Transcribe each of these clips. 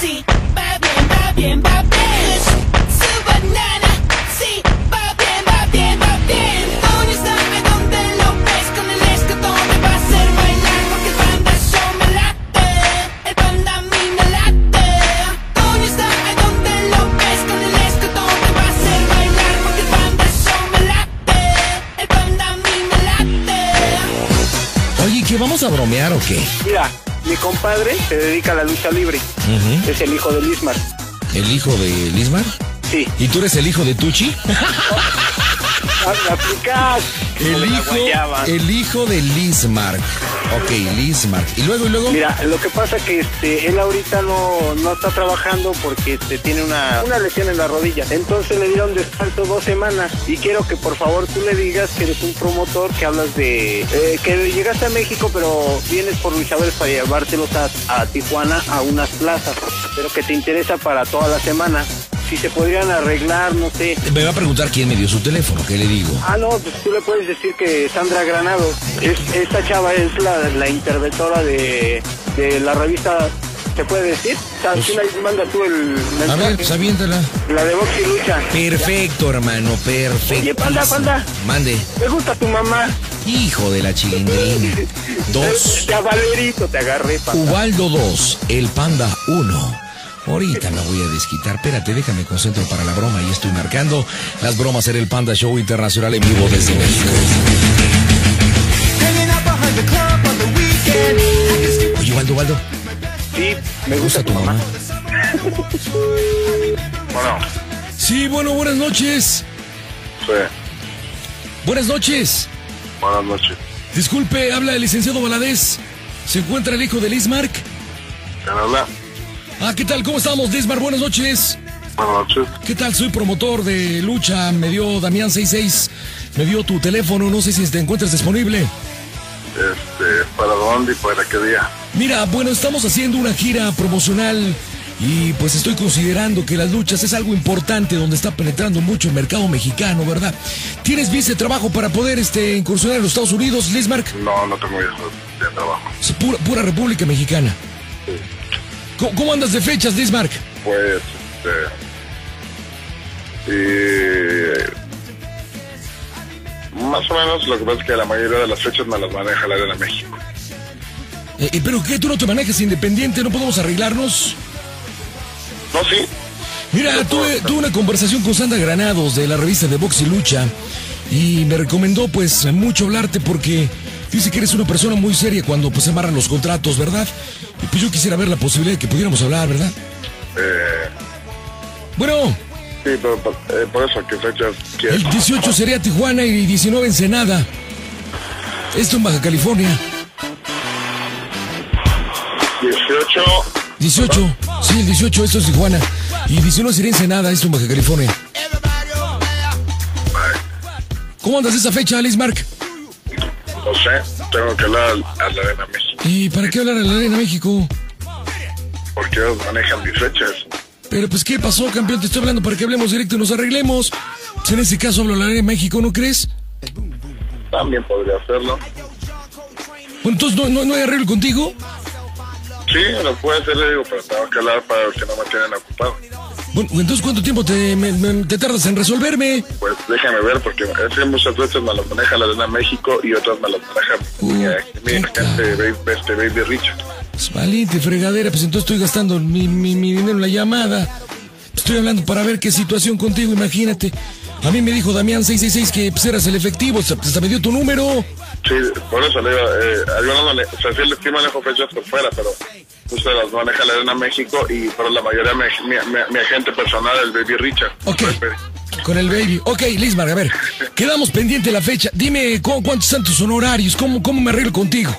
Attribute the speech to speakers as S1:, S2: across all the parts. S1: sí, va bien, va bien, va bien. Su banana, sí, va bien, va bien, va bien. Tony sabe dónde lo ves, con el escotón me va a hacer bailar, porque el panda show me late, el panda a mí me late. Tony sabe dónde lo ves, con el escotón me va a hacer bailar, porque el panda show me late, el panda a mí me late.
S2: Oye, ¿qué vamos a bromear o qué?
S3: Mira, mi compadre se dedica a la lucha libre. Es el hijo del Ismar.
S2: ¿El hijo de Lismar?
S3: Sí.
S2: ¿Y tú eres el hijo de Tucci?
S3: A- aplicar.
S2: El
S3: Como la
S2: hijo,
S3: guayaba.
S2: el hijo de Lismar. Ok, Lismar. ¿Y luego, y luego?
S3: Mira, lo que pasa que este, él ahorita no, no está trabajando porque este, tiene una, una lesión en la rodilla. Entonces le dieron descanso dos semanas y quiero que por favor tú le digas que eres un promotor, que hablas de... eh, que llegaste a México pero vienes por luchadores para llevártelos a, a Tijuana a unas plazas, pero que te interesa para toda la semana. Si se podrían arreglar, no sé.
S2: Me va a preguntar quién me dio su teléfono, ¿qué le digo?
S3: Ah, no, pues tú le puedes decir que Sandra Granado, es, esta chava es la, la interventora de, de la revista, ¿se puede decir? O sea,
S2: Pues-
S3: tú la- manda tú el
S2: A ver, pues
S3: mensaje.
S2: aviéntala.
S3: la de Box y Lucha.
S2: Perfecto, hermano, perfecto.
S3: Oye, panda, panda.
S2: Mande.
S3: Me gusta tu mamá. Eh,
S2: Hijo de la chilindrina. Dos.
S3: Ya Valerito te agarré, pa.
S2: Ubaldo 2, el Panda 1. Ahorita me voy a desquitar. Espérate, déjame concentro para la broma y estoy marcando las bromas en el Panda Show Internacional en vivo desde México. Oye, Ubaldo, Ubaldo,
S3: Sí, me
S2: ¿te gusta tu mamá?
S3: Bueno,
S2: Sí, bueno, buenas noches.
S3: sí.
S2: Buenas noches.
S3: Buenas noches.
S2: Disculpe, habla el licenciado Valadez. ¿Se encuentra el hijo de Lismark?
S3: ¿Quién habla?
S2: Ah, ¿qué tal? ¿Cómo estamos, Lismark? Buenas noches.
S3: Buenas noches.
S2: ¿Qué tal? Soy promotor de lucha. Me dio Damián 66. Me dio tu teléfono. No sé si te encuentras disponible.
S3: Este, ¿para dónde y para qué día?
S2: Mira, bueno, estamos haciendo una gira promocional. Y pues estoy considerando que las luchas es algo importante donde está penetrando mucho el mercado mexicano, ¿verdad? ¿Tienes visa de trabajo para poder este, incursionar en los Estados Unidos, Lismark?
S3: No, no tengo eso de trabajo.
S2: Es Pura, pura República Mexicana. ¿Cómo, cómo andas de fechas, Lismark?
S3: Pues, este. Y. Más o menos lo que pasa es que la mayoría de las fechas me las maneja la Arena México.
S2: Eh, eh, ¿Pero qué? ¿Tú no te manejas independiente? ¿No podemos arreglarnos?
S3: No, sí.
S2: Mira, tuve, tuve una conversación con Sandra Granados de la revista de Box y Lucha y me recomendó pues mucho hablarte porque dice que eres una persona muy seria cuando pues se amarran los contratos, ¿verdad? Y pues yo quisiera ver la posibilidad de que pudiéramos hablar, ¿verdad?
S3: Eh,
S2: Bueno,
S3: sí, pero, por- eh, por eso, ¿qué fechas
S2: el
S3: quieres?
S2: 18 sería Tijuana y 19 Ensenada. Esto en Baja California.
S3: 18.
S2: 18, sí, el 18, esto es Tijuana. Y 19 sería Ensenada, esto en Baja California. ¿Cómo andas esa fecha, Alice Mark?
S3: No sé, tengo que hablar al- a la Arena México.
S2: ¿Y para qué hablar a la Arena México?
S3: Porque ellos manejan mis fechas.
S2: Pero pues, ¿qué pasó, campeón? Te estoy hablando para que hablemos directo y nos arreglemos. Pues, en ese caso hablo a la Arena México, ¿no crees?
S3: También podría hacerlo.
S2: Bueno, entonces, ¿no, no, no hay arreglo contigo?
S3: Sí, lo puede hacer, le digo, pero tengo que hablar para que no me tienen ocupado.
S2: Bueno, entonces, ¿cuánto tiempo te, me- me- te tardas en resolverme?
S3: Pues déjame ver, porque es que muchas veces me las maneja la Arena México y otras me las maneja mi, mi
S2: puta.
S3: este, baby, este baby Richard.
S2: Pues, valiente, fregadera, pues entonces estoy gastando mi, mi- mi dinero en la llamada. Estoy hablando para ver qué situación contigo, imagínate. A mí me dijo Damián 666 que pues, eras el efectivo, hasta, hasta me dio tu número.
S3: Sí, por eso le digo, eh, yo no mane- o sea, sí, sí manejo fechas por fuera, pero pues se las maneja la Arena México y por la mayoría mi, mi, mi- mi agente personal, el baby Richard.
S2: Ok.
S3: Pues, eh,
S2: Con el baby. Ok, Lismar, a ver. Quedamos pendiente la fecha. Dime ¿cu- cuántos están tus honorarios. ¿Cómo, ¿Cómo me arreglo contigo?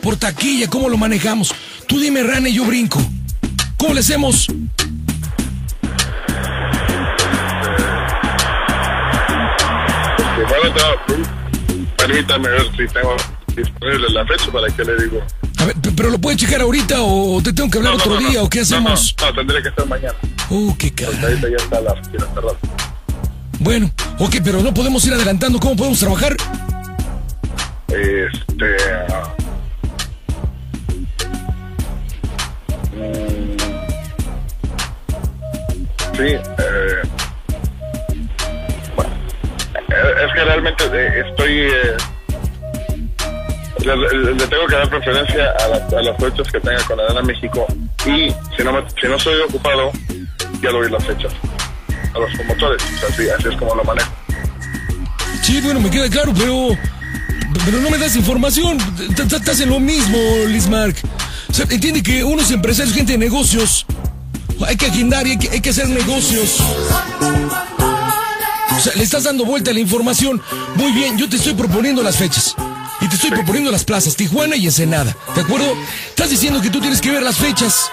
S2: Por taquilla, ¿cómo lo manejamos? Tú dime, Rane, yo brinco. ¿Cómo le hacemos?
S3: Primero no, permítame ver si tengo disponible la fecha para que le digo.
S2: A ver, p- pero lo puedes checar ahorita o te tengo que hablar
S3: No, no,
S2: otro
S3: no, no.
S2: día o qué
S3: No,
S2: hacemos.
S3: No, no, tendría que ser mañana.
S2: Uh, qué
S4: Pues
S2: cara.
S3: Ahorita ya está la oficina cerrada.
S2: Bueno, ok, pero no podemos ir adelantando. ¿Cómo podemos trabajar?
S3: Este. mm,
S4: Sí. eh, bueno, eh, es que realmente eh, estoy... eh, le, le- le tengo que dar preferencia a, la- a las fechas que tenga con Adela México y si no, me- si no soy ocupado, ya doy las fechas a los promotores. O sea, así, así es como lo manejo.
S2: Sí, bueno, me queda claro, pero. Pero no me das información. T- t- Estás en lo mismo, Lismark. O sea, entiende que unos empresarios, gente de negocios. Hay que agendar y hay que, hay que hacer negocios. O sea, le estás dando vuelta a la información. Muy bien, yo te estoy proponiendo las fechas. Y te estoy proponiendo las plazas, Tijuana y Ensenada. ¿De acuerdo? Estás diciendo que tú tienes que ver las fechas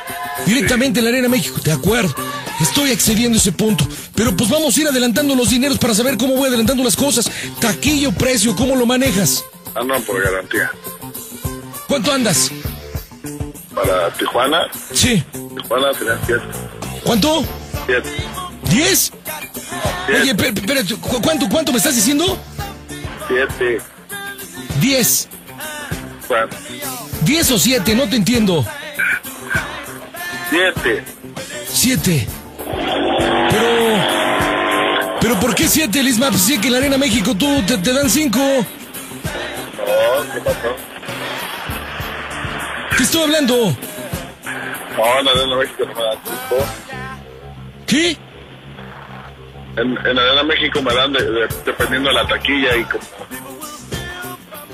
S2: directamente en la Arena México. De acuerdo. Estoy accediendo a ese punto. Pero pues vamos a ir adelantando los dineros para saber cómo voy adelantando las cosas. Taquillo, precio, cómo lo manejas.
S4: Ah, no, por garantía.
S2: ¿Cuánto andas?
S4: Para Tijuana,
S2: Sí.
S4: Tijuana serían 7.
S2: ¿Cuánto?
S4: 7.
S2: ¿Diez? Oye, pe- pe- espérate, ¿cu- ¿cuánto, cuánto me estás diciendo?
S4: 7.
S2: Diez.
S4: Bueno,
S2: Diez o siete, no te entiendo.
S4: 7.
S2: Siete. Pero. Pero ¿por qué siete, Lisma? Pues sí, que en la Arena México tú te, te dan cinco.
S4: No, ¿qué pasó?
S2: Te estoy hablando.
S4: No, en Arena México no me dan cinco.
S2: ¿Qué?
S4: En, en Arena México me dan de- de- dependiendo de la taquilla y como...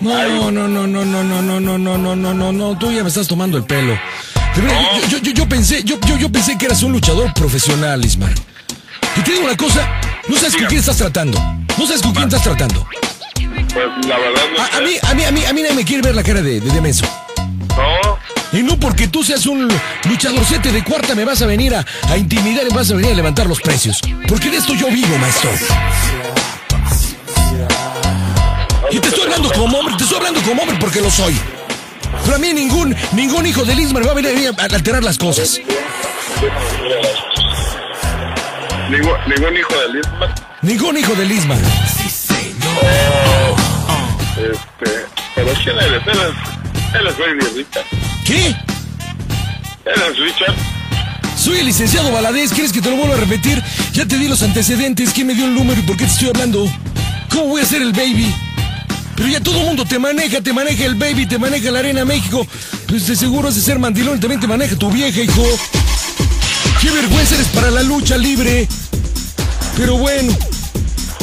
S2: No, no, no, no, no, no, no, no, no, no, no, no, no. Tú ya me estás tomando el pelo. De verdad, yo, yo- yo- yo pensé, yo, yo, yo pensé que eras un luchador profesional, Lismar. Y te digo una cosa, no sabes con quién estás tratando. No sabes con quién estás tratando.
S4: Pues la verdad no
S2: Ah, A, a
S4: sé.
S2: mí, a mí, a mí, a mí nadie me quiere ver la cara de, de demenso.
S4: No,
S2: Y no porque tú seas un luchadorcete de cuarta me vas a venir a, a intimidar y vas a venir a levantar los precios. Porque de esto yo vivo, maestro. Y te estoy hablando como hombre, te estoy hablando como hombre porque lo soy. Pero a mí ningún, ningún hijo de Lismar va a venir a alterar las cosas.
S4: ningún, ningún hijo de Lisman.
S2: Ningún hijo de Lismar.
S4: Este, pero ¿quién eres? Él es, él es Baby Richard.
S2: ¿Qué?
S4: Él es Richard.
S2: Soy el licenciado Valadez, ¿quieres que te lo vuelva a repetir? Ya te di los antecedentes, ¿quién me dio el número y por qué te estoy hablando? ¿Cómo voy a ser el baby? Pero ya todo el mundo te maneja, te maneja el baby, te maneja la Arena México. Pues de seguro has de ser mandilón, también te maneja tu vieja, hijo. ¡Qué vergüenza eres para la lucha libre! Pero bueno,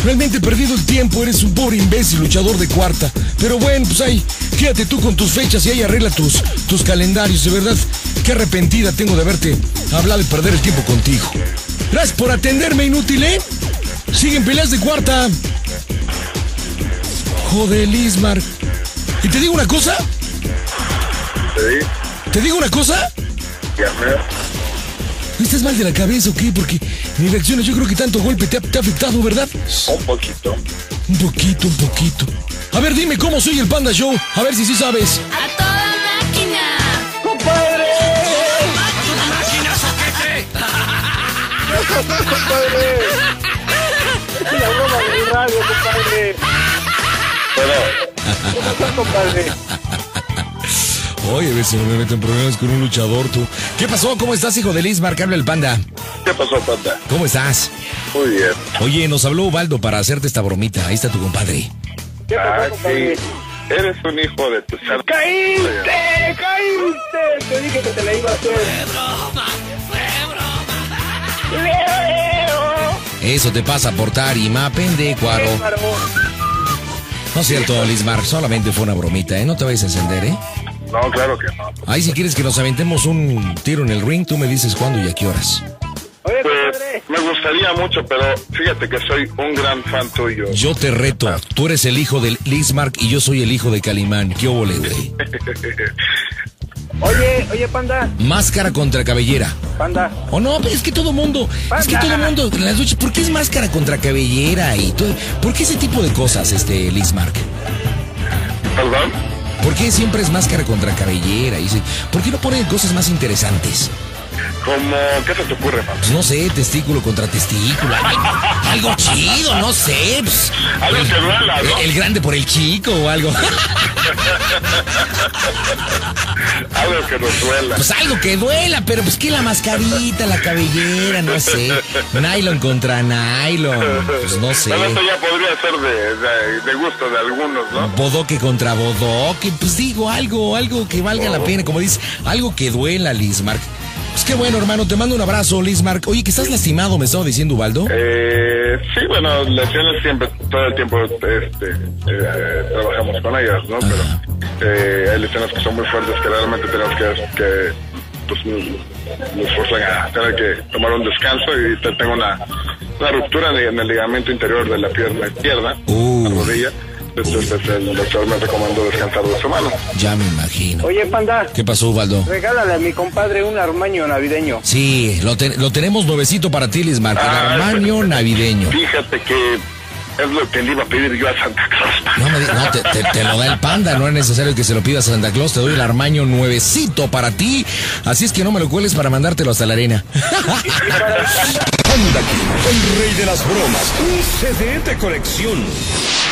S2: realmente he perdido el tiempo, eres un pobre imbécil luchador de cuarta. Pero bueno, pues ahí, quédate tú con tus fechas y ahí arregla tus, tus calendarios. De verdad, qué arrepentida tengo de haberte hablado y perder el tiempo contigo. Gracias por atenderme, inútil, ¿eh? Siguen peleas de cuarta. Joder, Ismar. ¿Y te digo una cosa?
S4: Sí,
S2: ¿Te digo una cosa?
S4: ya veo.
S2: ¿Estás mal de la cabeza o qué? Porque ni reacciones, yo creo que tanto golpe te ha- te ha afectado, ¿verdad?
S4: Un poquito.
S2: Un poquito, un poquito. A ver, dime cómo soy el Panda Show. A ver si sí sabes.
S1: A toda máquina.
S3: compadre. Es una broma de radio, compadre.
S4: Pero,
S3: ¿Cómo estás, compadre?
S2: Oye, a ver si no me meten problemas con un luchador, tú. ¿Qué pasó? ¿Cómo estás, hijo de Liz? Habla el Panda.
S4: ¿qué pasó, Panda?
S2: ¿Cómo estás?
S4: Muy bien.
S2: Oye, nos habló Ubaldo para hacerte esta bromita. Ahí está tu compadre.
S3: ¿Qué pasó,
S4: Aquí.
S3: compadre?
S4: Ah, Eres un hijo de tu santa-
S3: ¡Caíste! ¡Caíste! Eh, Te dije que te la iba a hacer. ¡Leo!
S2: Eso te pasa por tarima, pendecuaro. No es cierto, Lismar, solamente fue una bromita, ¿eh? No te vayas a encender, ¿eh?
S4: No, claro que no.
S2: Ahí si quieres que nos aventemos un tiro en el ring, tú me dices cuándo y a qué horas.
S3: Oye,
S4: Pues
S3: compadre.
S4: me gustaría mucho, pero fíjate que soy un gran fan tuyo.
S2: Yo te reto, tú eres el hijo del Lismark y yo soy el hijo de Calimán. ¿Qué óvole, güey?
S3: Oye, oye, panda.
S2: Máscara contra cabellera.
S3: Panda.
S2: O no, pero es que todo mundo, es que todo mundo, las luchas, ¿por qué es máscara contra cabellera y todo? ¿Por qué ese tipo de cosas, este Lismark?
S4: ¿Perdón?
S2: ¿Por qué siempre es máscara contra cabellera? Y se- ¿Por qué no ponen cosas más interesantes?
S4: Como, ¿qué se te ocurre, papá?
S2: Pues no sé, testículo contra testículo. Algo, algo chido, no sé. pues.
S4: Algo que duela, ¿no?
S2: El, el grande por el chico o algo.
S4: Algo que nos duela.
S2: Pues algo que duela, pero pues que la mascarita, la cabellera, no sé. Nylon contra nylon. Pues no sé.
S4: Bueno, esto ya podría ser de, de- de gusto de algunos, ¿no?
S2: Bodoque contra bodoque. Pues digo algo, algo que valga la pena. Como dices, algo que duela, Lismark. Pues qué bueno, hermano. Te mando un abrazo, Lismark. Oye, que estás lastimado, me estaba diciendo Ubaldo.
S4: Eh, sí, bueno, lesiones siempre, todo el tiempo este, eh, trabajamos con ellas, ¿no? Pero eh, hay lesiones que son muy fuertes que realmente tenemos que, que pues, nos, nos forzan a tener que tomar un descanso y te- tengo una, una ruptura en el- en el ligamento interior de la pierna izquierda,
S2: Uh.
S4: la rodilla. Entonces, pues, el doctor me recomendó descansar dos semanas.
S2: Ya me imagino.
S3: Oye, panda,
S2: ¿Qué pasó, Ubaldo?
S3: regálale a mi compadre un armaño navideño.
S2: Sí, lo, ten- lo tenemos nuevecito para ti, Lismark. El
S4: Ah,
S2: armaño navideño.
S4: Fíjate que es lo que le iba a pedir yo a Santa Claus. pa.
S2: No, me di- no, te, te- te lo da el panda, no es necesario que se lo pidas a Santa Claus, te doy el armaño nuevecito para ti, así es que no me lo cueles para mandártelo hasta la arena.
S5: Panda King, el rey de las bromas, un CD de colección.